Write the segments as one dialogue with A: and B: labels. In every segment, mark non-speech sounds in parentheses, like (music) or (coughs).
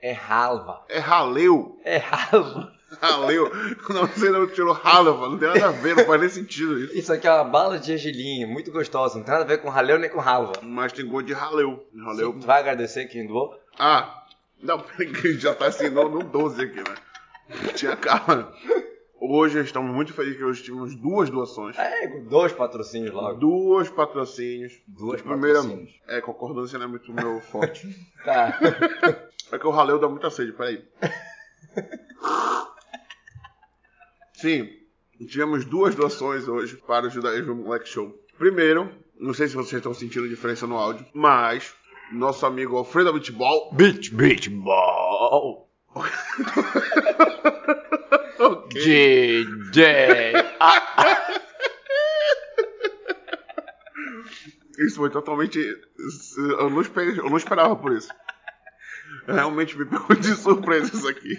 A: É Halva.
B: É raleu.
A: É Halva.
B: Raleu. (laughs) Não, você não tirou ralva. Não tem nada a ver, não faz nem sentido isso.
A: Isso aqui é uma bala de gergelim, muito gostosa. Não tem nada a ver com raleu nem com halva.
B: Mas tem gosto de raleu. Raleu.
A: Tu vai agradecer quem doou?
B: Ah, não, (laughs) peraí, que já tá assim, não, no 12 aqui, né? Tinha calma. Hoje estamos muito felizes que hoje tivemos duas doações.
A: É, dois patrocínios logo.
B: Duas patrocínios.
A: Duas
B: Primeira-
A: patrocínios.
B: É, concordância não é muito meu forte. (laughs)
A: Tá.
B: É que o raleu dá muita sede, peraí. Sim, tivemos duas doações hoje para o Judaísmo Moleque Show. Primeiro, não sei se vocês estão sentindo diferença no áudio, mas nosso amigo Alfredo Bitball.
C: Beat, beat, ball. DJ.
B: Isso foi totalmente. Eu não, espe- eu não esperava por isso. Realmente me pegou de surpresa isso aqui.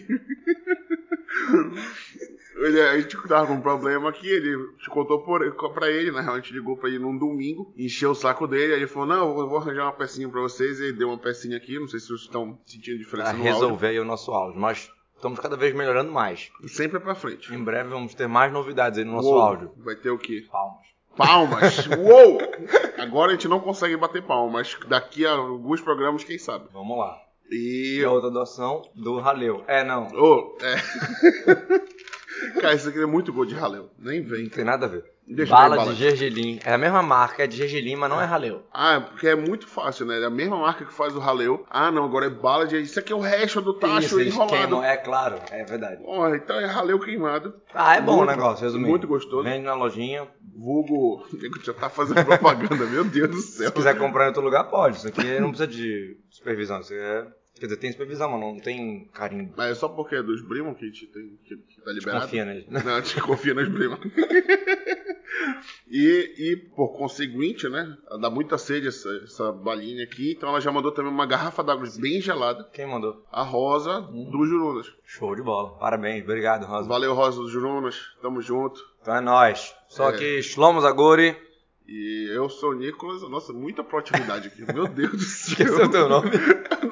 B: Ele- a gente tava com um problema aqui, ele te contou por, pra ele, na real, a gente ligou pra ele num domingo, encheu o saco dele, aí ele falou: Não, eu vou arranjar uma pecinha pra vocês, e ele deu uma pecinha aqui, não sei se vocês estão sentindo
A: pra
B: diferença no áudio.
A: resolver aí o nosso áudio. Mas estamos cada vez melhorando mais.
B: Sempre é pra frente.
A: Em breve vamos ter mais novidades aí no nosso
B: Uou,
A: áudio.
B: Vai ter o quê?
A: Palmas.
B: Palmas! Uou! Agora a gente não consegue bater palmas, daqui a alguns programas, quem sabe.
A: Vamos lá.
B: E
A: E a outra doação do Raleu. É, não.
B: Ô, é. (laughs) Cara, isso aqui é muito gol de raleu. Nem vem.
A: Não tem nada a ver.
B: Deixa eu
A: bala,
B: ver a
A: de gergelim. É a mesma marca, é de gergelim, mas não é Raleu.
B: Ah, porque é muito fácil, né? É a mesma marca que faz o raleu. Ah, não, agora é bala de. Isso aqui é o resto do tacho
A: eles
B: enrolado.
A: queimam, é claro, é verdade.
B: Ó, então é raleu queimado.
A: Ah, é bom
B: Muito-
A: o negócio, resumindo.
B: muito gostoso.
A: Vende na lojinha.
B: Vulgo. O nego já tá fazendo propaganda, (laughs) meu Deus do céu.
A: Se quiser comprar em outro lugar, pode. Isso aqui não precisa de supervisão. Isso é... Quer dizer, tem supervisão, mas não tem carimbo.
B: Mas é só porque é dos primos que, te tem, que, que tá liberado.
A: Confia nele. (laughs)
B: Não, te confia nas primas. (laughs) E, e, por conseguinte, né? Dá muita sede essa, essa balinha aqui. Então ela já mandou também uma garrafa d'água bem gelada.
A: Quem mandou?
B: A Rosa
A: Uhum.
B: do Jurunas.
A: Show de bola. Parabéns, obrigado, Rosa.
B: Valeu, Rosa do Jurunas. Tamo junto.
A: Então é nóis. Só
B: É.
A: que Shlomos Aguri.
B: E eu sou o Nicolas. Nossa, muita proatividade aqui. Meu (laughs) Deus do céu.
A: (laughs) Esqueceu teu
B: (laughs)
A: nome?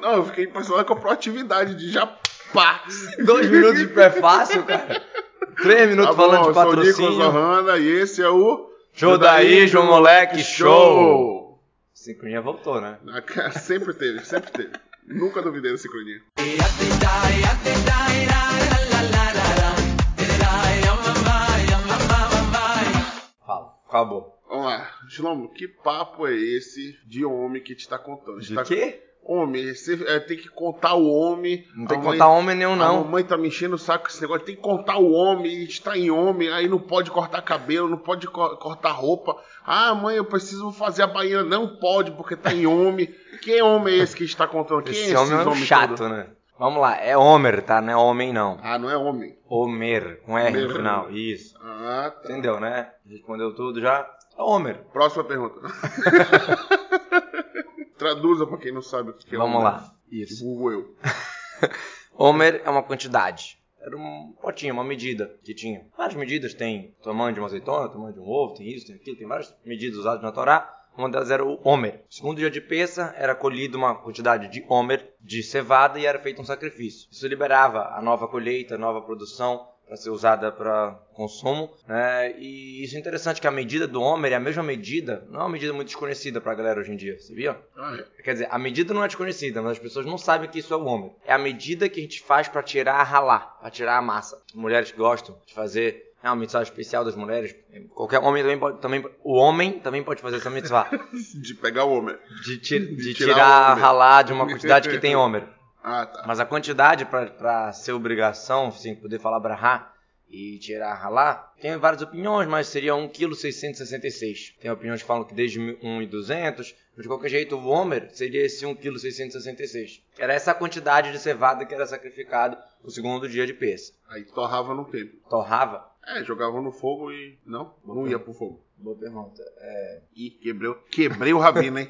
B: Não, eu fiquei impressionado com a proatividade de Japá.
A: Dois minutos de prefácio, cara. Três minutos falando de
B: Tá Eu sou o Nicolas
A: patrocínio.
B: Ohana e esse é o...
A: Judaísmo, moleque, show.
B: show.
A: Sincronia voltou, né?
B: Ah, cara, sempre teve, sempre teve. Nunca duvidei da sincronia.
A: Fala. Acabou.
B: Vamos lá. Shlomo, que papo é esse de homem que te tá contando? Te
A: De
B: tá-
A: quê?
B: Homem, você é, tem que contar o homem.
A: Não tem
B: A
A: que
B: mãe-
A: contar homem nenhum,
B: A
A: não.
B: mamãe tá me enchendo o saco com esse negócio. Tem que contar o homem, está em homem, aí não pode cortar cabelo, não pode co- cortar roupa. Ah, mãe, eu preciso fazer a baiana. Não pode, porque tá em homem. Que homem é esse que está contando? Quem é
A: Esse
B: esses
A: homem é um
B: homens
A: chato,
B: todos?
A: né? Vamos lá. É Homer, tá? Não é homem, não.
B: Ah, não é homem.
A: Homer. Com R
B: Homer.
A: no final. Isso.
B: Ah, tá.
A: Entendeu, né? Respondeu tudo já. É Homer. (laughs)
B: Próxima pergunta. Traduza pra quem não sabe o que é
A: Vamos
B: Homer.
A: lá. Isso.
B: Google eu.
A: Homer é uma quantidade. Era um potinho, uma medida que tinha. Várias medidas tem tamanho de uma azeitona, tamanho de um ovo, tem isso, tem aquilo, tem várias medidas usadas na Torá. Uma delas era o Homer. No segundo dia de peça, era colhido uma quantidade de Homer de cevada e era feito um sacrifício. Isso liberava a nova colheita, a nova produção para ser usada para consumo. né? E isso é interessante que a medida do Homer é a mesma medida, não é uma medida muito desconhecida para a galera hoje em dia, sabia?
B: Ah, é.
A: Quer dizer, a medida não é desconhecida, mas as pessoas não sabem que isso é o homem. É a medida que a gente faz pra tirar a ralar, pra tirar a massa. Mulheres gostam de fazer é uma mitzvah especial das mulheres. Qualquer homem também pode, também, o homem também pode fazer essa mitzvah.
B: De pegar o homem.
A: De,
B: (laughs)
A: ti- de
B: tirar o
A: tirar a
B: Homer.
A: ralar de uma quantidade que tem Homer.
B: Ah, tá.
A: Mas a quantidade pra- pra ser obrigação, assim, poder falar brahá e tirar ralá, tem várias opiniões, mas seria 1,666 kg. Tem opiniões que falam que desde 1,200, mas de qualquer jeito o Homer seria esse 1,666 kg. Era essa quantidade de cevada que era sacrificado no segundo dia de peça.
B: Aí torrava no tempo.
A: Torrava.
B: É, jogava no fogo e. Não? Não ia pro fogo.
A: Boa pergunta.
B: Ih, quebrei, o- quebrei o rabino, hein?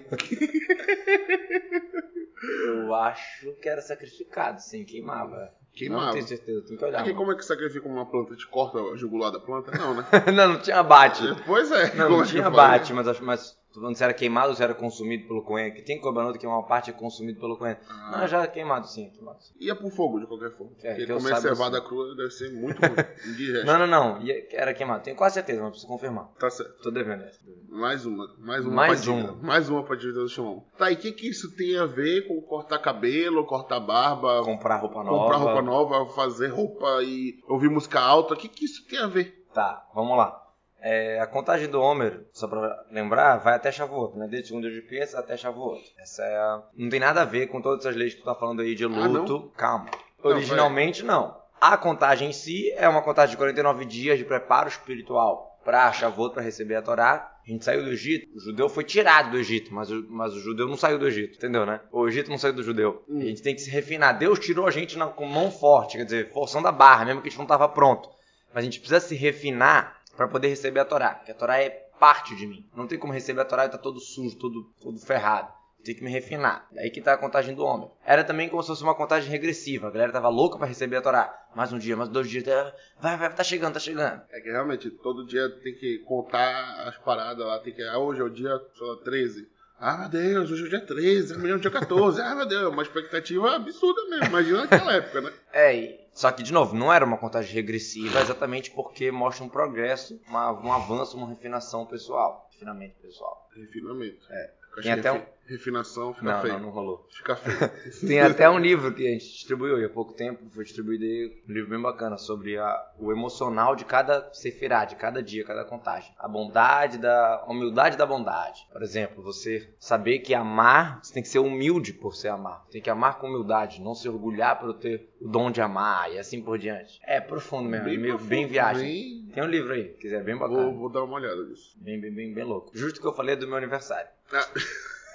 A: Eu acho que era sacrificado, sim, queimava.
B: Queimava.
A: Não tenho certeza, tenho que (laughs) olhar.
B: Aqui,
A: mano.
B: como é que sacrifica uma planta?
A: (laughs)
B: Te corta a jugular da planta? Não, né?
A: não, não tinha abate.
B: Pois é.
A: Não,
B: como
A: não
B: é que
A: tinha
B: fala?
A: abate, mas, acho- mas Tô falando se era queimado ou se era consumido pelo coentro. Que tem corbanoto que uma parte é consumido pelo coentro.
B: Ah,
A: Não, já é queimado sim, é queimado sim.
B: Ia pro fogo, de qualquer forma.
A: É,
B: Porque
A: que eu
B: comer
A: saiba,
B: cevada crua deve ser
A: (laughs)
B: muito ruim. indigesto.
A: Não, não, não. ia- Era queimado. Tenho quase certeza, mas preciso confirmar.
B: Tá certo.
A: Tô devendo essa.
B: Mais uma. Mais uma
A: Mais
B: pra dívida.
A: uma.
B: Mais uma pra dívida do Shimon. Tá, e o que, que isso tem a ver com cortar cabelo, cortar barba,
A: Comprar roupa nova.
B: comprar roupa nova, fazer roupa e ouvir música alta? O que, que isso tem a ver?
A: Tá, vamos lá. É, a contagem do Homer, só pra lembrar, vai até Shavuot, né? Desde segunda de Pêssego até Shavuot. Essa é a... Não tem nada a ver com todas essas leis que tu tá falando aí de
B: Ah, não?
A: luto. Calma.
B: Não, é.
A: Originalmente, não. A contagem em si é uma contagem de 49 dias de preparo espiritual pra Shavuot, pra receber a Torá. A gente saiu do Egito, o judeu foi tirado do Egito, mas o, mas o judeu não saiu do Egito, entendeu, né? O Egito não saiu do judeu.
B: Hum.
A: A gente tem que se refinar. Deus tirou a gente na, com mão forte, quer dizer, forçando a barra, mesmo que a gente não tava pronto. Mas a gente precisa se refinar para poder receber a Torá, porque a Torá é parte de mim. Não tem como receber a Torá e tá todo sujo, todo, todo ferrado. Tem que me refinar. Daí que tá a contagem do homem. Era também como se fosse uma contagem regressiva. A galera tava louca para receber a Torá. Mais um dia, mais dois dias. tá- Vai, vai, tá chegando, tá chegando.
B: É que realmente todo dia tem que contar as paradas lá, tem que. Ah, hoje é o dia sei lá, 13. Ah, meu Deus, hoje é o dia 13, amanhã é o dia 14. Ah, meu Deus, é uma expectativa absurda mesmo. Imagina naquela época, né?
A: É, e- só que, de novo, não era uma contagem regressiva exatamente porque mostra um progresso, uma- um avanço, uma refinação pessoal. Refinamento pessoal.
B: Refinamento.
A: É.
B: Eu acho
A: Tem
B: que
A: até
B: refi- Refinação fica
A: Não,
B: feio.
A: não, não rolou. (laughs)
B: Fica feio.
A: Tem até um livro que a gente distribuiu e há pouco tempo, foi distribuído aí, um livro bem bacana, sobre a- o emocional de cada sefirá, de cada dia, cada contagem. A bondade da. A humildade da bondade. Por exemplo, você saber que amar, você tem que ser humilde por ser amar. Tem que amar com humildade, não se orgulhar por ter o dom de amar e assim por diante. É profundo mesmo, bem, meio,
B: profundo,
A: bem viagem.
B: bem-
A: Tem um livro aí, se quiser, bem bacana.
B: Vou, vou dar uma olhada nisso.
A: Bem, bem, bem, bem louco. Justo que eu falei do meu aniversário.
B: Ah.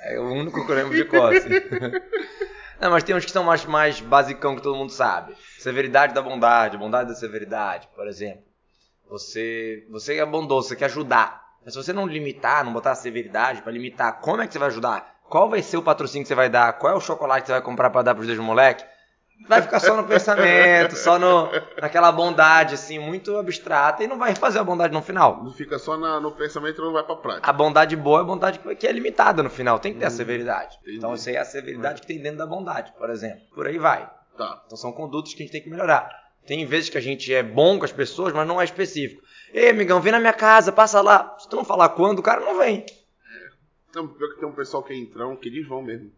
A: É o único que eu lembro de cor, assim. (laughs) Não, mas tem uns que são mais, mais basicão que todo mundo sabe. Severidade da bondade, bondade da severidade, por exemplo. Você, você é bondoso, você quer ajudar. Mas se você não limitar, não botar a severidade pra limitar, como é que você vai ajudar? Qual vai ser o patrocínio que você vai dar? Qual é o chocolate que você vai comprar pra dar pros dois moleques? Vai ficar só no pensamento, só no, naquela bondade, assim, muito abstrata. E não vai fazer a bondade no final.
B: Não fica só na- no pensamento e não vai pra prática.
A: A bondade boa é a bondade que é limitada no final, tem que ter a severidade.
B: Uhum. entendi. Uhum.
A: Então isso aí é a severidade que tem dentro da bondade, por exemplo. Por aí vai.
B: Tá.
A: Então são condutos que a gente tem que melhorar. Tem vezes que a gente é bom com as pessoas, mas não é específico. Ei, amigão, vem na minha casa, passa lá. Se tu não falar quando, o cara não vem.
B: Não, pior que tem um pessoal que é entrão, que eles
A: (laughs)
B: vão mesmo.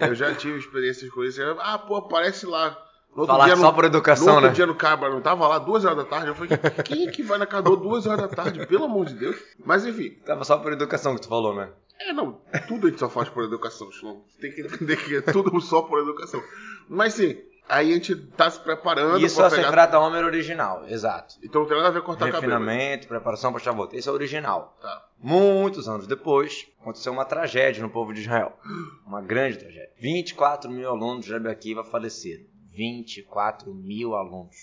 B: Eu já tive experiências com isso. Eu, Ah, pô, aparece lá. No outro
A: falar
B: dia
A: só
B: não
A: por
B: no
A: educação,
B: outro
A: né?
B: dia no Cabra não tava lá, duas horas da tarde. Eu falei, quem é que vai na casa do duas horas da tarde, pelo amor de Deus? Mas enfim,
A: Tava só por educação que tu falou, né?
B: é não, tudo a gente só faz por educação, Shlomo. Você tem que entender que é tudo só por educação. Mas sim, aí a gente tá se preparando
A: Isso é
B: pra
A: a
B: pegar.
A: Sefrata Homer original, exato.
B: Então não tem nada a ver com cortar cabelo.
A: Refinamento, preparação para Shavuot. Esse é o original.
B: Tá.
A: Muitos anos depois, aconteceu uma tragédia no povo de Israel. Uma grande tragédia. 24 mil alunos de Rebbe Akiva faleceram. 24 mil alunos.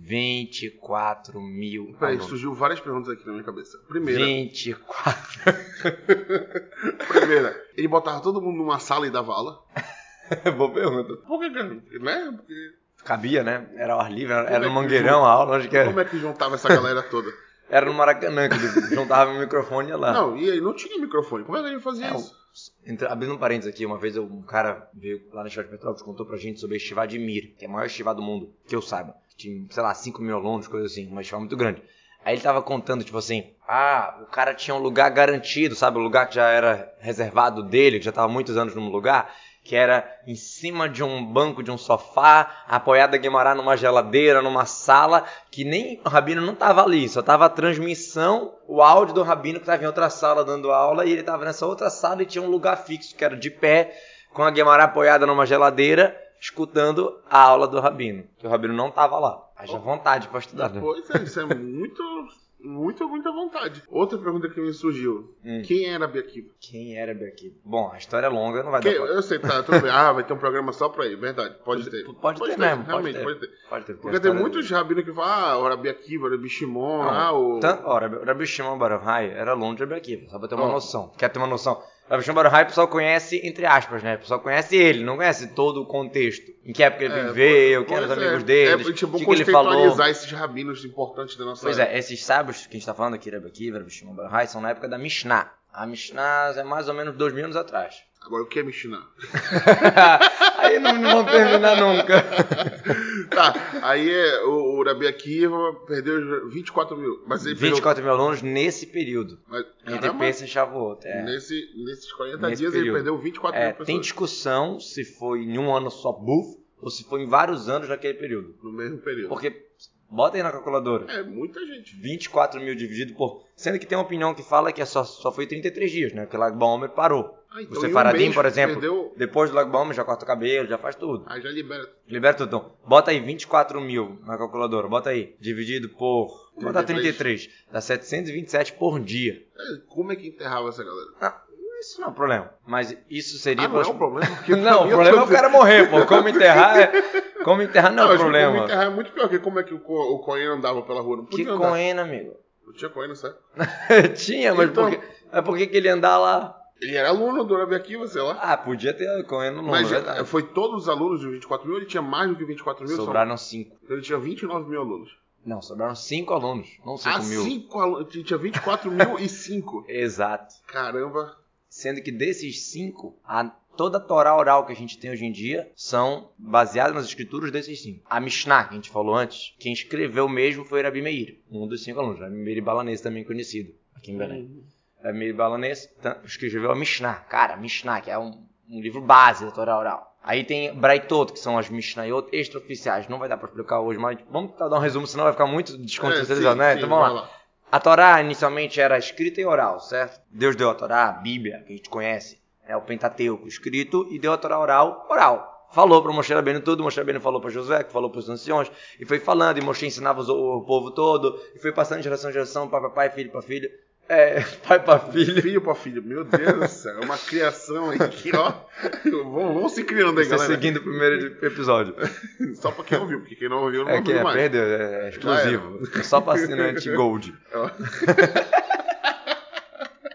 A: 24 mil
B: Peraí,
A: alunos.
B: surgiu várias perguntas aqui na minha cabeça. Primeira,
A: 24.
B: primeira, ele botava todo mundo numa sala e dava aula.
A: (laughs) Boa pergunta.
B: Por que, cara? Né? Porque-
A: Cabia, né? Era ao ar livre, era,
B: Como é
A: era no
B: que
A: Mangueirão a aula, onde que era?
B: Como é que juntava
A: (laughs)
B: essa galera toda?
A: Era no Maracanã, que eles juntavam o microfone e ia lá.
B: Não, e aí não tinha microfone. Como é que ele fazia
A: É,
B: isso?
A: Entra- abrindo um parênteses aqui, uma vez eu- um cara veio lá na Estiva de Petrópolis contou pra gente sobre a Estiva de Mir, que é a maior estiva do mundo, que eu saiba. Tinha, sei lá, 5 mil alunos, coisa assim, uma estiva muito grande. Aí ele tava contando, tipo assim, ah, o cara tinha um lugar garantido, sabe? O lugar que já era reservado dele, que já tava há muitos anos num lugar, que era em cima de um banco, de um sofá, apoiado a Guimarães numa geladeira, numa sala, que nem o Rabino não tava ali, só tava a transmissão, o áudio do Rabino que tava em outra sala dando aula, e ele tava nessa outra sala e tinha um lugar fixo, que era de pé, com a Guimarães apoiada numa geladeira, escutando a aula do Rabino. Que o Rabino não tava lá. Haja vontade pra estudar, né?
B: Pois é, isso é muito, muito, muita vontade. Outra pergunta que me surgiu:
A: Hum.
B: quem era Bequiva?
A: Quem era Becky? Bom, a história é longa, não vai
B: Que,
A: dar pra...
B: eu sei, tá, tudo bem. Ah, vai ter um programa só pra ele, verdade. Pode ter.
A: Pode, ter mesmo, pode
B: realmente,
A: ter.
B: pode ter.
A: Pode ter,
B: Porque
A: a
B: tem
A: história- é Tá.
B: muitos rabinos que falam, ah, o Rabi Akiva, o Rabi Shimon,
A: Não,
B: ah, o...
A: Tan- ó, Rabi- o Rabi Shimon Bar Yochai era aluno de Rabi Akiva, só pra ter uma
B: Ó.
A: noção. Quer ter uma noção? O Rabi Shimon Bar Yochai o pessoal conhece, entre aspas, né? O pessoal conhece ele, não conhece todo o contexto. Em que época ele
B: É,
A: viveu, quem eram os
B: Pois
A: amigos
B: é,
A: dele,
B: É,
A: o
B: tipo,
A: que, que ele falou.
B: contextualizar né? esses rabinos importantes da nossa
A: Pois
B: época.
A: é, esses sábios que a gente tá falando aqui, Rabi Akiva, Rabi Shimon Bar Yochai, são na época da Mishnah. A Mishnah é mais ou menos dois mil anos atrás. (laughs)
B: Agora, o que é Mishnah?
A: Aí não, não vão terminar nunca.
B: (laughs) Tá, aí é, o, o Rabi Akiva perdeu 24 mil. Mas ele perdeu.
A: 24 mil alunos nesse período.
B: Mas,
A: Entre
B: caramba,
A: Pensa e Shavuot. É.
B: nesse, nesses 40
A: Nesse
B: dias
A: período.
B: ele perdeu 24
A: É,
B: mil pessoas.
A: tem discussão se foi em um ano só buf ou se foi em vários anos naquele período.
B: No mesmo período.
A: Porque, bota aí na calculadora,
B: É muita gente.
A: 24 mil dividido por... Sendo que tem uma opinião que fala que é só, só foi 33 dias, né? Porque Lag Baomer parou.
B: Ah,
A: o
B: em um
A: Sefaradinho,
B: mês
A: por exemplo,
B: Perdeu...
A: depois do Lag Baomer já corta o cabelo, já faz tudo.
B: Ah, já libera.
A: Liberta o Tom. Bota aí 24 mil na calculadora, bota aí. Dividido por... Bota 33.
B: 33.
A: Dá 727 por dia.
B: É, Como é que enterrava essa galera?
A: Isso não é um problema. Mas isso seria...
B: Ah, não é
A: (laughs)
B: um problema. porque pra
A: Não, o
B: mim é
A: problema é o
B: problema.
A: cara morrer, pô. Como enterrar, é... como enterrar não é
B: acho que
A: problema.
B: como enterrar é muito pior, porque como é que o, co- o Coen andava pela rua? Não
A: Que
B: podia andar.
A: coena, amigo.
B: Não tinha Coen, sabe?
A: (laughs) Tinha, mas
B: Então.
A: por que... Mas por que que ele andar lá?
B: Ele era aluno do Rabi Akiva, sei lá.
A: Ah, podia ter coena no
B: Mas
A: nome, é verdade.
B: foi todos os alunos de 24 mil, ele tinha mais do que 24 mil.
A: Sobraram cinco.
B: Então ele tinha 29 mil alunos.
A: Não, sobraram cinco alunos, não cinco
B: Ah,
A: mil.
B: 5 alunos. Ele tinha 24 mil e 5.
A: Exato.
B: Caramba.
A: Sendo que desses cinco, a- toda a Torá oral que a gente tem hoje em dia são baseadas nas escrituras desses cinco. A Mishnah, que a gente falou antes, quem escreveu mesmo foi Rabi Meir, um dos cinco alunos. Rabi Meir Balanês, também conhecido aqui em Belém.
B: Uhum.
A: é meio balanês, tan- escreveu a Mishnah. Cara, Mishnah, que é um, um livro base da Torá oral. Aí tem Braitot, que são as Mishnayot extraoficiais. Não vai dar pra explicar hoje, mas vamos tentar dar um resumo, senão vai ficar muito descontextualizado,
B: É, sim,
A: né?
B: sim,
A: então vamos
B: vai
A: lá. A Torá inicialmente era escrita e oral, certo? Deus deu a Torá, a Bíblia, que a gente conhece, é o Pentateuco escrito, e deu a Torá oral, oral. Falou para Moshe Rabbeinu tudo, Moshe Rabbeinu falou para Josué, que falou para os anciões, e foi falando, e Moshe ensinava os- o povo todo, e foi passando de geração em geração, pai para pai, filho para filho, é, (laughs) pai para filho,
B: Filho pra filho, meu Deus do céu, é uma criação aí que, ó. Vão, vão se criando aí,
A: Você
B: galera.
A: seguindo o primeiro episódio.
B: Só pra quem ouviu, porque quem não ouviu não
A: É que
B: ouviu
A: é,
B: um mais.
A: perdeu, é, é exclusivo. É só pra assinante Gold.
B: Ó.
A: (laughs)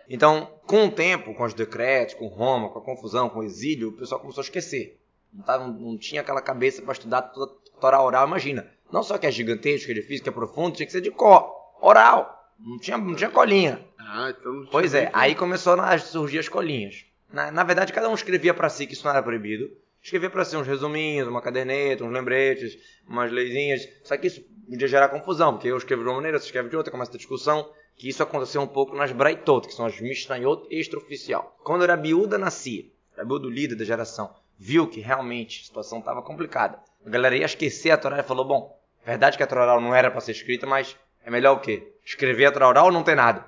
A: Então, com o tempo, com os decretos, com Roma, com a confusão, com o exílio, o pessoal começou a esquecer. Não, tava- não tinha aquela cabeça pra estudar toda a Torá oral, imagina. Não só que é gigantesco, que é difícil, que é profundo, tinha que ser de cor, oral. Não tinha, não tinha colinha.
B: Ah, então não tinha
A: Pois é,
B: nem como.
A: aí começaram a surgir as colinhas. Na, na verdade, cada um escrevia pra si que isso não era proibido. Escrevia pra si uns resuminhos, uma caderneta, uns lembretes, umas leizinhas. Só que isso podia gerar confusão, porque eu escrevo de uma maneira, você escreve de outra, começa a discussão. Que isso aconteceu um pouco nas Braitot, que são as Mishnayot extraoficial. Quando era Biúda nascia, era Biúda o líder da geração, viu que realmente a situação estava complicada. A galera ia esquecer a Torá e falou, bom, verdade que a Torá oral não era pra ser escrita, mas é melhor o quê? Escrever a Torá oral ou não tem nada?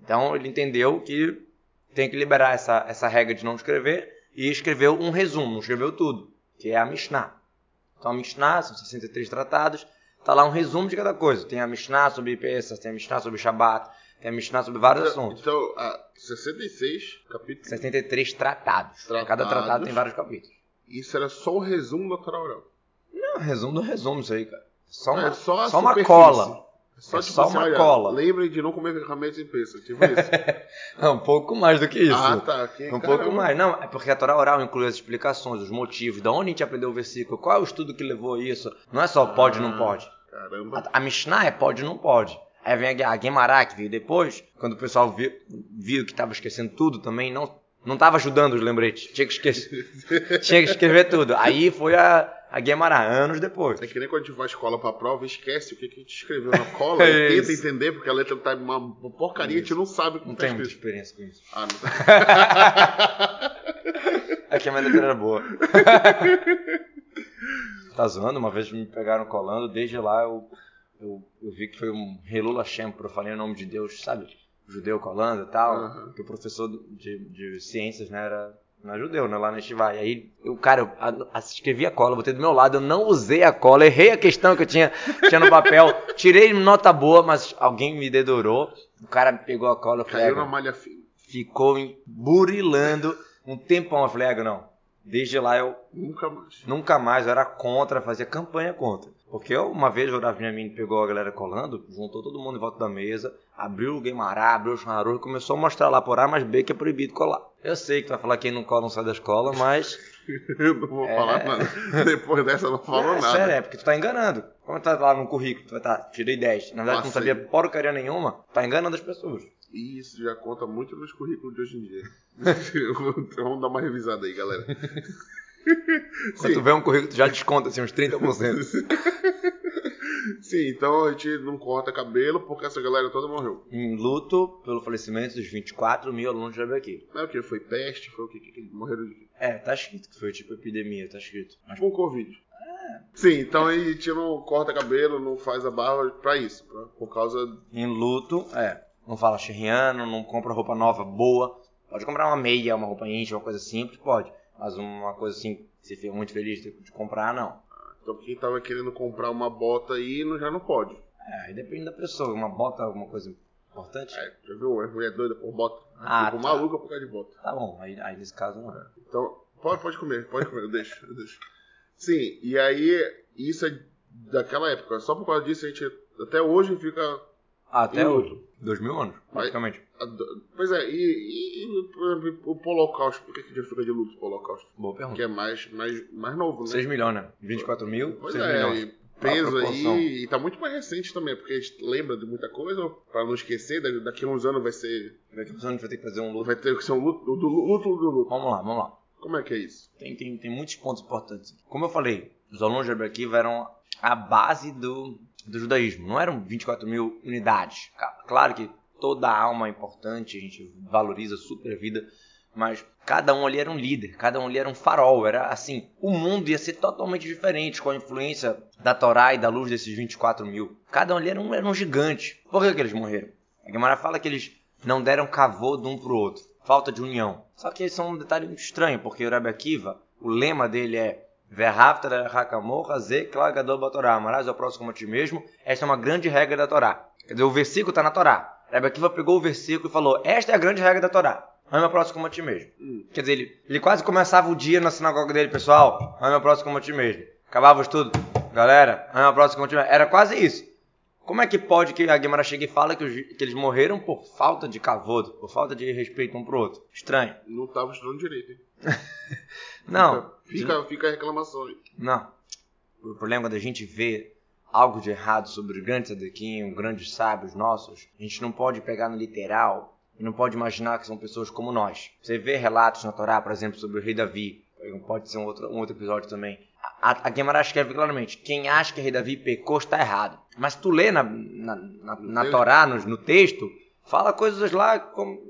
A: Então ele entendeu que tem que liberar essa, essa regra de não escrever e escreveu um resumo, não escreveu tudo, que é a Mishnah. Então a Mishnah, são 63 tratados, tá lá um resumo de cada coisa. Tem a Mishnah sobre peças, tem a Mishnah sobre Shabat, tem a Mishnah sobre vários assuntos.
B: Então, ah, 66 capítulos.
A: 63 tratados. Cada
B: Tratados.
A: tratado tem vários capítulos.
B: Isso era só o resumo da Torá Oral. um
A: Não, resumo do resumo isso aí, cara. Só uma,
B: é só a
A: só uma
B: superfície.
A: cola.
B: É só,
A: É
B: tipo
A: só
B: assim,
A: uma
B: olha,
A: cola.
B: Lembrem de não comer ferramentas em peso. Tipo isso.
A: Não, um pouco mais do que (laughs) isso.
B: Ah, tá. que-
A: Um
B: caramba.
A: pouco mais. Não, é porque a Torá oral inclui as explicações, os motivos, da onde a gente aprendeu o versículo, qual é o estudo que levou a isso. Não é só pode não
B: Ah.
A: pode.
B: Caramba.
A: A, a Mishnah é pode não pode. Aí vem a, a Guemará, que veio depois, quando o pessoal viu, viu que estava esquecendo tudo também, não não estava ajudando os lembretes. Tinha que,
B: (laughs)
A: esquecer, tinha que escrever tudo. Aí foi a, a Guemará, anos depois.
B: É que nem quando a gente vai à escola pra prova, esquece o que que a gente escreveu
A: (laughs)
B: na cola e
A: É Isso.
B: tenta entender, porque a letra tá uma porcaria, a gente não sabe o que
A: Não
B: tá
A: tenho muita
B: escrito.
A: experiência com isso.
B: Ah, não tá.
A: É que a minha letra era
B: (laughs)
A: boa. tá zoando? Uma vez me pegaram colando, desde lá eu, eu, eu vi que foi um Helula Shem, eu falei o nome de Deus, sabe? Judeu colando e tal.
B: Aham.
A: Que o professor de, de ciências, né, era não é judeu, né? Lá na Estivai. E aí, eu, cara, eu a- a- escrevi a cola, botei do meu lado, eu não usei a cola, errei a questão que eu tinha, tinha no papel, tirei nota boa, mas alguém me dedurou. O cara pegou a cola, eu falei,
B: Caiu
A: "Ah,
B: na malha fina.
A: ficou em- burilando um tempão. Eu falei, "Ah, não. Desde lá eu
B: Nunca mais. (laughs)
A: nunca mais eu era contra, fazia campanha contra. Porque eu, uma vez o Benjamin pegou a galera colando, juntou todo mundo em volta da mesa, abriu o Guimará, abriu o Chanharu e começou a mostrar lá por A mais B que é proibido colar. Eu sei que tu vai falar que quem não cola não sai da escola, mas.
B: Eu não vou falar nada. Depois dessa, não falou
A: é,
B: nada.
A: Sério, é porque tu tá enganando. Como tá lá no currículo, tu vai tá, tirei 10. Na verdade, tu não
B: Passei.
A: sabia porcaria nenhuma, tá enganando as pessoas.
B: E isso já conta muito nos currículos de hoje em
A: (laughs)
B: dia. Então, Vamos dar uma revisada aí, galera.
A: Quando tu vê um currículo, tu já desconta assim, uns 30%.
B: Sim, então a gente não corta cabelo porque essa galera toda morreu.
A: em um luto pelo falecimento dos 24 mil alunos de aqui.
B: Não é o que? Foi peste? Foi o que? que morreram de quê?
A: É, tá escrito que foi tipo epidemia, tá escrito. Mas
B: Com Covid. Sim, então a gente não corta cabelo, não faz a barba pra isso. pra- por causa.
A: em luto, é. Não fala xerriano, não compra roupa nova, boa. Pode comprar uma meia, uma roupa íntima, uma coisa simples, pode. Mas uma coisa assim, que você fica muito feliz de de comprar, não.
B: Então quem tava querendo comprar uma bota aí não- já não pode.
A: É, aí depende da pessoa. Uma bota, alguma coisa importante.
B: É, já viu? É mulher doida por bota.
A: Ah,
B: Ficou
A: tá.
B: maluca por causa de bota.
A: Tá bom, aí, aí nesse caso não.
B: Então, pode, pode comer, pode comer, eu deixo, eu deixo. Sim, e aí, isso é daquela época. Só por causa disso a gente até hoje fica.
A: Até
B: Em
A: hoje. Dois mil anos, praticamente.
B: ado- Pois é, e, e- e, por exemplo, o Holocausto? Por que que a gente fica de luto pro Holocausto?
A: Boa pergunta.
B: Que é mais, mais, mais novo, né?
A: 6 milhões, né? 24 mil,
B: Pois
A: 6
B: é,
A: milhões.
B: e peso
A: A proporção.
B: aí, e tá muito mais recente também, porque a gente lembra de muita coisa, pra não esquecer, da- daqui a uns anos vai ser.
A: Daqui a pouco a gente vai ter que fazer um luto.
B: Vai ter que ser um luto do do luto do luto.
A: Vamos lá, vamos lá.
B: Como é que é isso?
A: Tem, tem, tem muitos pontos importantes. Como eu falei, os alunos de Abraquiva eram a base do, do judaísmo. Não eram 24 mil unidades. Ca- Claro que toda alma é importante, a gente valoriza super a vida, mas cada um ali era um líder, cada um ali era um farol. Era assim, o mundo ia ser totalmente diferente com a influência da Torá e da luz desses 24 mil. Cada um ali era um, era um gigante. Por que, que eles morreram? A Guimarães fala que eles não deram cavô de um pro outro. Falta de união. Só que isso é um detalhe muito estranho, porque o Rebbe Akiva, o lema dele é Verhaftar Hakamor Hazeh Klal Gadol Batorá. Amarás o próximo como a ti mesmo. Esta é uma grande regra da Torá. Quer dizer, o versículo está na Torá. Rebbe Akiva pegou o versículo e falou, esta é a grande regra da Torá. Ama o próximo como a ti mesmo. Quer dizer, ele, ele quase começava o dia na sinagoga dele, pessoal. Ama o próximo como a ti mesmo. Acabava o estudo. Galera, ama o próximo como a ti mesmo. Era quase isso. Como é que pode que a Guimarães chegue e fala que, os- que eles morreram por falta de cavoto, por falta de respeito um pro outro? Estranho.
B: Não tava estudando direito, hein? Então,
A: Não,
B: Fica, fica a reclamação aí.
A: não. O problema é quando a gente vê algo de errado sobre o grande Sadequinho, grandes sábios nossos, a gente não pode pegar no literal e não pode imaginar que são pessoas como nós. Você vê relatos na Torá, por exemplo, sobre o rei Davi, pode ser um outro, um outro episódio também. A, a Guimarães escreve claramente, quem acha que o rei Davi pecou está errado. Mas tu lê na, na, na, na
B: texto.
A: Torá, no, no texto, fala coisas lá como,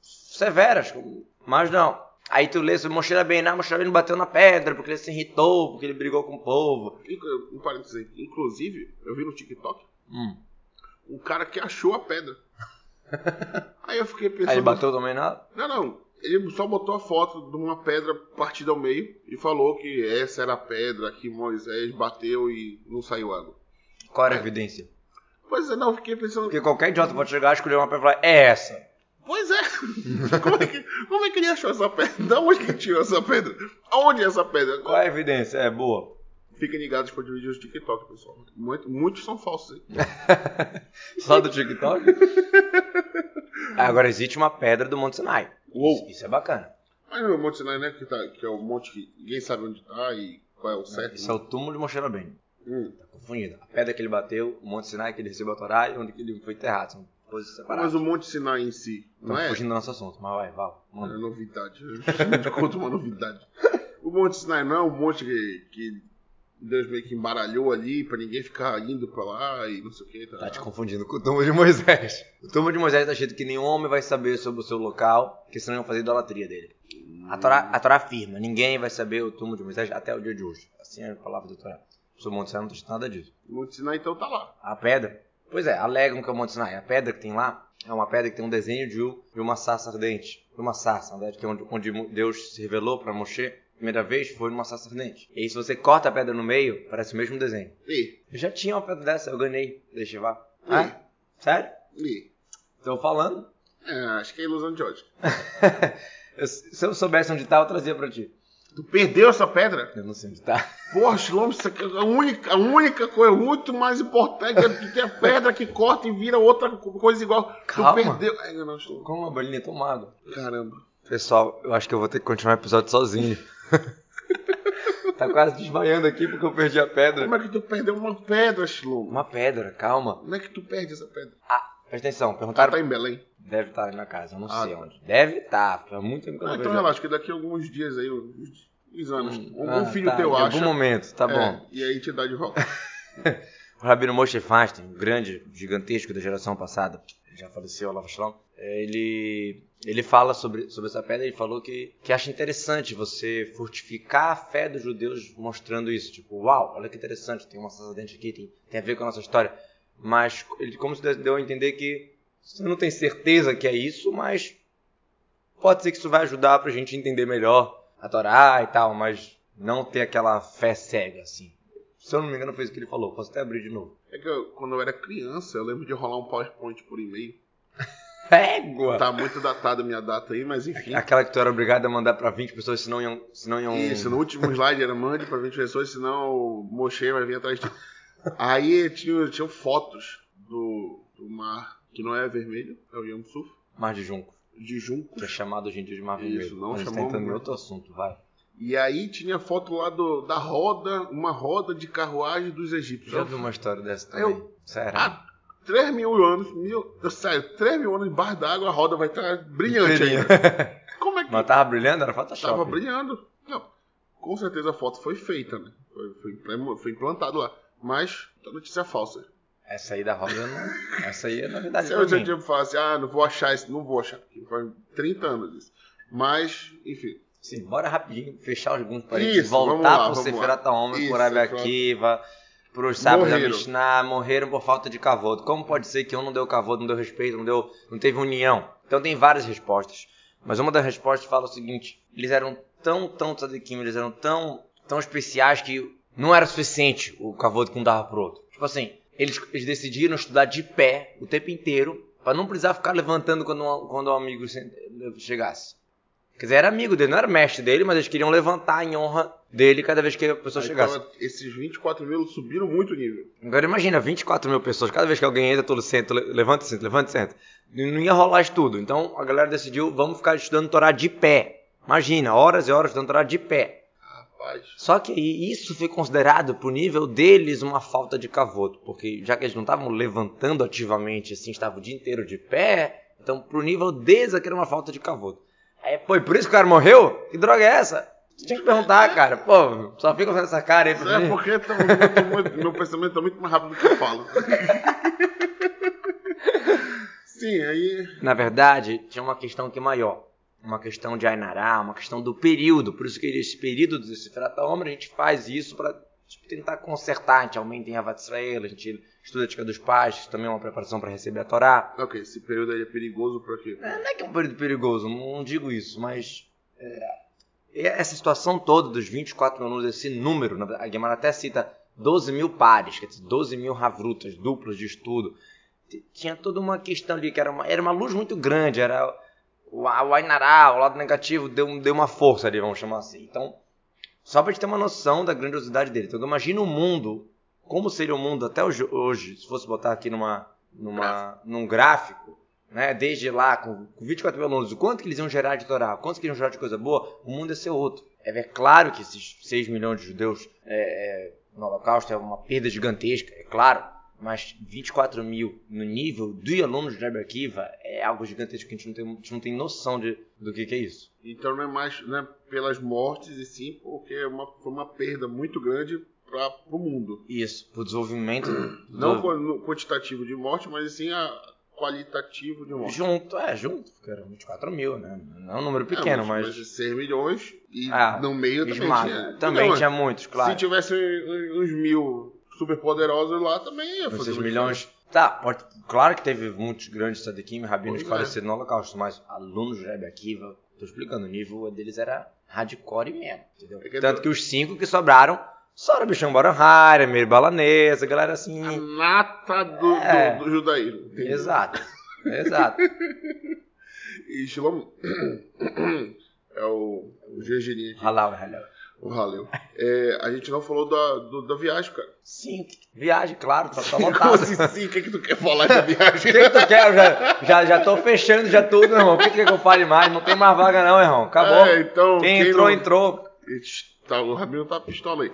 A: severas, como- mas não. Aí tu lê sobre Moshe Rabbeinu, "Ah, Moshe Rabbeinu bateu na pedra porque ele se irritou, porque ele brigou com o povo.
B: Inc- Um parênteses aí. Inclusive, eu vi no TikTok
A: Hum.
B: um cara que achou a
A: (laughs)
B: pedra. Aí eu fiquei pensando. assim,
A: Aí bateu também na...
B: Não, não. Ele só botou a foto de uma pedra partida ao meio e falou que essa era a pedra que Moisés bateu e não saiu água.
A: Qual era a evidência?
B: Pois é, não, eu fiquei pensando.
A: Porque qualquer idiota pode chegar, escolher uma pedra e falar, é essa.
B: Pois é. (laughs) como, é que, como é que ele achou essa pedra? Da onde que ele tirou essa pedra? Aonde é essa pedra?
A: Qual é a evidência? É boa.
B: Fiquem ligados para os vídeos de TikTok, pessoal. Muito- muitos são falsos. hein?
A: Só do
B: (laughs)
A: TikTok? Agora existe uma pedra do Monte Sinai.
B: Uou.
A: Isso é bacana.
B: Mas o Monte Sinai, né? Que, tá, que é o monte que ninguém sabe onde tá e qual é o certo.
A: Isso é o túmulo de Moshe Rabbeinu.
B: Hum.
A: Tá confundido. A pedra que ele bateu, o Monte Sinai que ele recebeu a Torá e onde que ele foi enterrado. São coisas separadas.
B: Mas o Monte Sinai em si, não
A: Estamos
B: é?
A: fugindo do nosso assunto, mas vai, vai.
B: É
A: Manda.
B: novidade. Eu te conto uma novidade. O Monte Sinai não é um monte que, que Deus meio que embaralhou ali pra ninguém ficar indo pra lá e não sei o que. Tá?
A: Tá te confundindo com o túmulo de Moisés. O túmulo de Moisés tá escrito que nenhum homem vai saber sobre o seu local, porque senão iam fazer idolatria dele. A Torá, a Torá afirma, ninguém vai saber o túmulo de Moisés até o dia de hoje. Assim é a palavra da Torá. Sobre o Monte Sinai não tá escrito nada disso.
B: O Monte Sinai então tá lá.
A: A pedra? Pois é, alegam que é o Monte Sinai. A pedra que tem lá é uma pedra que tem um desenho de, um- de uma sarça ardente. De uma sarça, na verdade, que é onde, onde Mo- Deus se revelou para Moshe. a Primeira vez foi numa sarça ardente. E aí, se você corta a pedra no meio, parece o mesmo desenho.
B: E,
A: Eu já tinha uma pedra dessa, eu ganhei. Deixa eu vá.
B: Hum.
A: Ah, sério?
B: e.
A: Tô falando. (laughs)
B: É, acho que é ilusão de ótica.
A: Eu- se eu soubesse onde tá, eu trazia pra ti.
B: Tu perdeu essa pedra?
A: Eu não sei onde tá.
B: Porra, Shlomo, isso aqui é a única, a única coisa muito mais importante é tu ter a pedra que corta e vira outra co- coisa igual.
A: Calma.
B: Tu perdeu. Ai, não, Shlomo.
A: Como uma bolinha tão magra.
B: Caramba.
A: Pessoal, eu acho que eu vou ter que continuar o episódio sozinho. (laughs) tá quase desmaiando aqui porque eu perdi a pedra.
B: Como é que tu perdeu uma pedra, Shlomo?
A: Uma pedra, calma.
B: Como é que tu perde essa pedra?
A: Presta atenção, perguntaram.
B: Cara, tá em Belém.
A: Deve estar ali na casa, eu não
B: Ah,
A: sei
B: tá.
A: onde. Deve estar, faz muito tempo que eu
B: Ah,
A: não
B: então
A: vejo.
B: relaxa, que daqui a alguns dias aí, uns uns anos, um
A: Ah,
B: um filho
A: tá,
B: teu
A: em
B: acha.
A: algum momento, tá bom.
B: É, e aí te dá de volta.
A: O Rabino Moshe Feinstein, um grande, gigantesco da geração passada, já faleceu, Lava Shalom, eh, ele, ele fala sobre, sobre essa pedra, ele falou que, que acha interessante você fortificar a fé dos judeus mostrando isso. Tipo, uau, olha que interessante, tem uma sacerdente aqui, tem, tem a ver com a nossa história. Mas ele como se deu a entender que você não tem certeza que é isso, mas pode ser que isso vai ajudar pra gente entender melhor a Torá e tal, mas não ter aquela fé cega, assim. Se eu não me engano, foi isso que ele falou. Posso até abrir de novo.
B: É que eu- quando eu era criança, eu lembro de rolar um PowerPoint por e-mail.
A: Égua!
B: Tá muito datada a minha data aí, mas enfim.
A: Aquela que tu era obrigado a mandar pra 20 pessoas, senão iam. Senão iam...
B: Isso, no último slide era mande pra 20 pessoas, senão o Moche vai vir atrás de (laughs) ti. Aí tinha, tinham fotos do, do mar, que não é vermelho, é o Yam Suf,
A: Mar de Junco,
B: de junco.
A: que é chamado hoje em dia de Mar
B: Isso,
A: Vermelho.
B: não
A: Mas a gente tá
B: chamamos
A: entrando em
B: muito.
A: outro assunto, vai.
B: E aí tinha foto lá do, da roda, uma roda de carruagem dos egípcios.
A: Já vi uma história dessa também.
B: Eu- Ah,
A: Sério.
B: Há 3 mil anos, mil, sério, 3 mil anos embaixo da água, a roda vai estar brilhante ainda. Como é
A: (laughs)
B: que
A: Mas tava brilhando? Era Photoshop.
B: Tava brilhando. Não, com certeza a foto foi feita, né? Foi, foi, implem- foi implantado lá. Mas, então, notícia falsa.
A: Essa aí da roda eu não. Essa aí é novidade.
B: Se
A: pra
B: eu
A: mim.
B: dia falar assim, ah, não vou achar isso, não vou achar. porque Faz 30 anos isso. Mas, enfim.
A: Sim, bora rapidinho fechar alguns parênteses,
B: Isso, vamos lá,
A: voltar pro
B: vamos
A: Seferat Homem,
B: Isso,
A: por Rabi
B: pronto.
A: Akiva, pros sábios da
B: Morreram.
A: Mishnah, morreram por falta de cavodo. Como pode ser que um não deu cavodo, não deu respeito, não, deu, não teve união? Então tem várias respostas. Mas uma das respostas fala o seguinte, eles eram tão, tão tzadikim, eles eram tão, tão especiais que não era suficiente o cavodo que um dava pro outro. Tipo assim, eles, eles decidiram estudar de pé o tempo inteiro, pra não precisar ficar levantando quando um, quando um amigo se- chegasse. Quer dizer, era amigo dele, não era mestre dele, mas eles queriam levantar em honra dele cada vez que a pessoa
B: Aí,
A: chegasse.
B: então, esses 24 mil subiram muito o nível.
A: Agora imagina, 24 mil pessoas, cada vez que alguém entra, todo senta, le- levanta, senta, levanta, senta. E Não ia rolar isso tudo. Então a galera decidiu, vamos ficar estudando Torá de pé. Imagina, horas e horas estudando Torá de pé.
B: Rapaz.
A: Só que aí isso foi considerado pro nível deles uma falta de cavoto, porque já que eles não estavam levantando ativamente, assim, estavam o dia inteiro de pé, então pro nível deles aquilo era uma falta de cavoto. Aí, pô, e por isso que o cara morreu? Que droga é essa? Você tinha que perguntar, cara. Pô, só fica com essa cara aí
B: Isso
A: pra
B: é
A: mim.
B: porque tá muito- muito- meu pensamento tá muito mais rápido do que eu falo. (laughs) Sim, aí.
A: Na verdade, tinha uma questão que é maior. Uma questão de Ainará, uma questão do período. Por isso que esse período do Seferata Omer, a gente faz isso para tentar consertar. A gente aumenta em Avat Israel, a gente estuda a Tica dos Pais, que também é uma preparação para receber a Torá.
B: Ok, esse período aí é perigoso pra quê?
A: É, Não é que é um período perigoso, não digo isso, mas é, essa situação toda dos 24 alunos, esse número, na verdade, a Guimarães até cita 12 mil pares, quer dizer, 12 mil ravrutas, duplos de estudo. T- Tinha toda uma questão ali, que era uma, era uma luz muito grande, era o, a- o Ainará, o lado negativo, deu, um- deu uma força ali, vamos chamar assim. Então, só pra gente ter uma noção da grandiosidade dele. Então, imagina o mundo, como seria o mundo até hoje, hoje se fosse botar aqui numa, numa, num gráfico, né, desde lá, com, com 24 mil alunos, o quanto que eles iam gerar de Torá, o quanto que eles iam gerar de coisa boa, o mundo ia ser outro. É, é claro que esses 6 milhões de judeus é, é, no Holocausto é uma perda gigantesca, é claro, mas 24 mil no nível de alunos de Rebbe Akiva é algo gigantesco que a gente não tem, a gente não tem noção de, do que, que é isso.
B: Então não é mais não é pelas mortes, e sim porque é uma- foi uma perda muito grande para o mundo.
A: Isso, o desenvolvimento. do-
B: Não quan- no quantitativo de morte, mas sim a qualitativo de morte.
A: Junto, é, junto, porque eram 24 mil, né? Não é um número pequeno,
B: É,
A: mas.
B: 6 milhões e
A: Ah,
B: no meio também
A: esmaga.
B: tinha.
A: também
B: Não,
A: tinha muitos, claro.
B: Se tivesse um- um- uns mil superpoderosos lá, também ia fazer.
A: Esses
B: uma
A: milhões. Tá, pode- claro que teve muitos grandes Sadekim e rabinos
B: Pois
A: que
B: é.
A: faleceram no Holocausto, mas alunos de Rebbe Akiva, tô explicando, o nível deles era hardcore mesmo, entendeu?
B: É que-
A: Tanto que os cinco que sobraram, só era Bichão Baranhara, Meir Balanesa, galera assim.
B: diferença. A nata do,
A: É.
B: do- do judaísmo. entendeu?
A: Exato, exato.
B: (laughs) E Shlomo (coughs) é o, o Gergelim aqui,
A: Halal, halal.
B: o Haleu. É, a gente não falou da, do- da viagem, cara.
A: Cinco. Viagem, claro, tá,
B: (laughs)
A: tá
B: Como
A: lotado.
B: assim, sim? O que, é que tu quer falar da viagem?
A: O que, que tu quer? Eu já, já, já tô fechando já tudo, irmão. O que tu quer que eu fale mais? Não tem mais vaga não, irmão. Acabou.
B: É, então,
A: quem,
B: quem
A: entrou,
B: não-
A: entrou.
B: Tá, o Rabino tá pistola aí.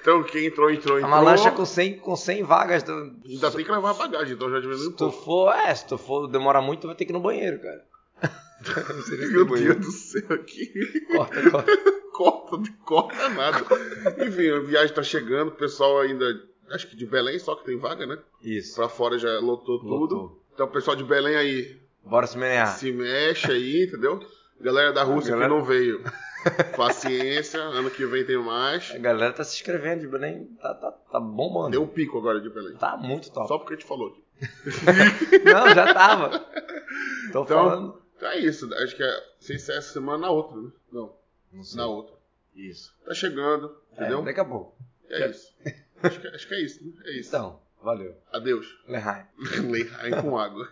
B: Então quem entrou, entrou,
A: (laughs) É
B: entrou.
A: uma lancha com 100, com 100 vagas. Então,
B: Ainda tem que levar a bagagem, então já diminuiu
A: se
B: um
A: tu
B: pouco.
A: for, é, se tu for, demora muito, vai ter que ir no banheiro, cara. Não sei nem se tem
B: Meu
A: banheiro.
B: Deus do céu, (laughs) aqui
A: Corta, corta.
B: corta, não corta nada. Enfim, a viagem tá chegando, o pessoal ainda, acho que de Belém só que tem vaga, né?
A: Isso.
B: Pra fora já lotou tudo.
A: Lotou.
B: Então o pessoal de Belém aí,
A: Bora se menear.
B: se mexe aí, entendeu? Galera da Rússia
A: Galera-
B: que
A: (laughs)
B: não veio. Paciência, ano que vem tem mais.
A: A galera tá se inscrevendo de Belém, tá, tá, tá bombando.
B: Deu um pico agora de Belém.
A: Tá muito top.
B: Só porque a gente falou.
A: Não, já tava.
B: (laughs)
A: Tô falando.
B: Então é isso. Acho que é, sem ser essa semana, na outra, né? Não,
A: Não
B: na outra.
A: Isso.
B: Tá chegando,
A: É,
B: entendeu?
A: daqui a pouco. (laughs)
B: É, isso. acho, que, acho que é isso, né? É isso.
A: Então, valeu.
B: Adeus.
A: Leheim.
B: (laughs) Leihai com água.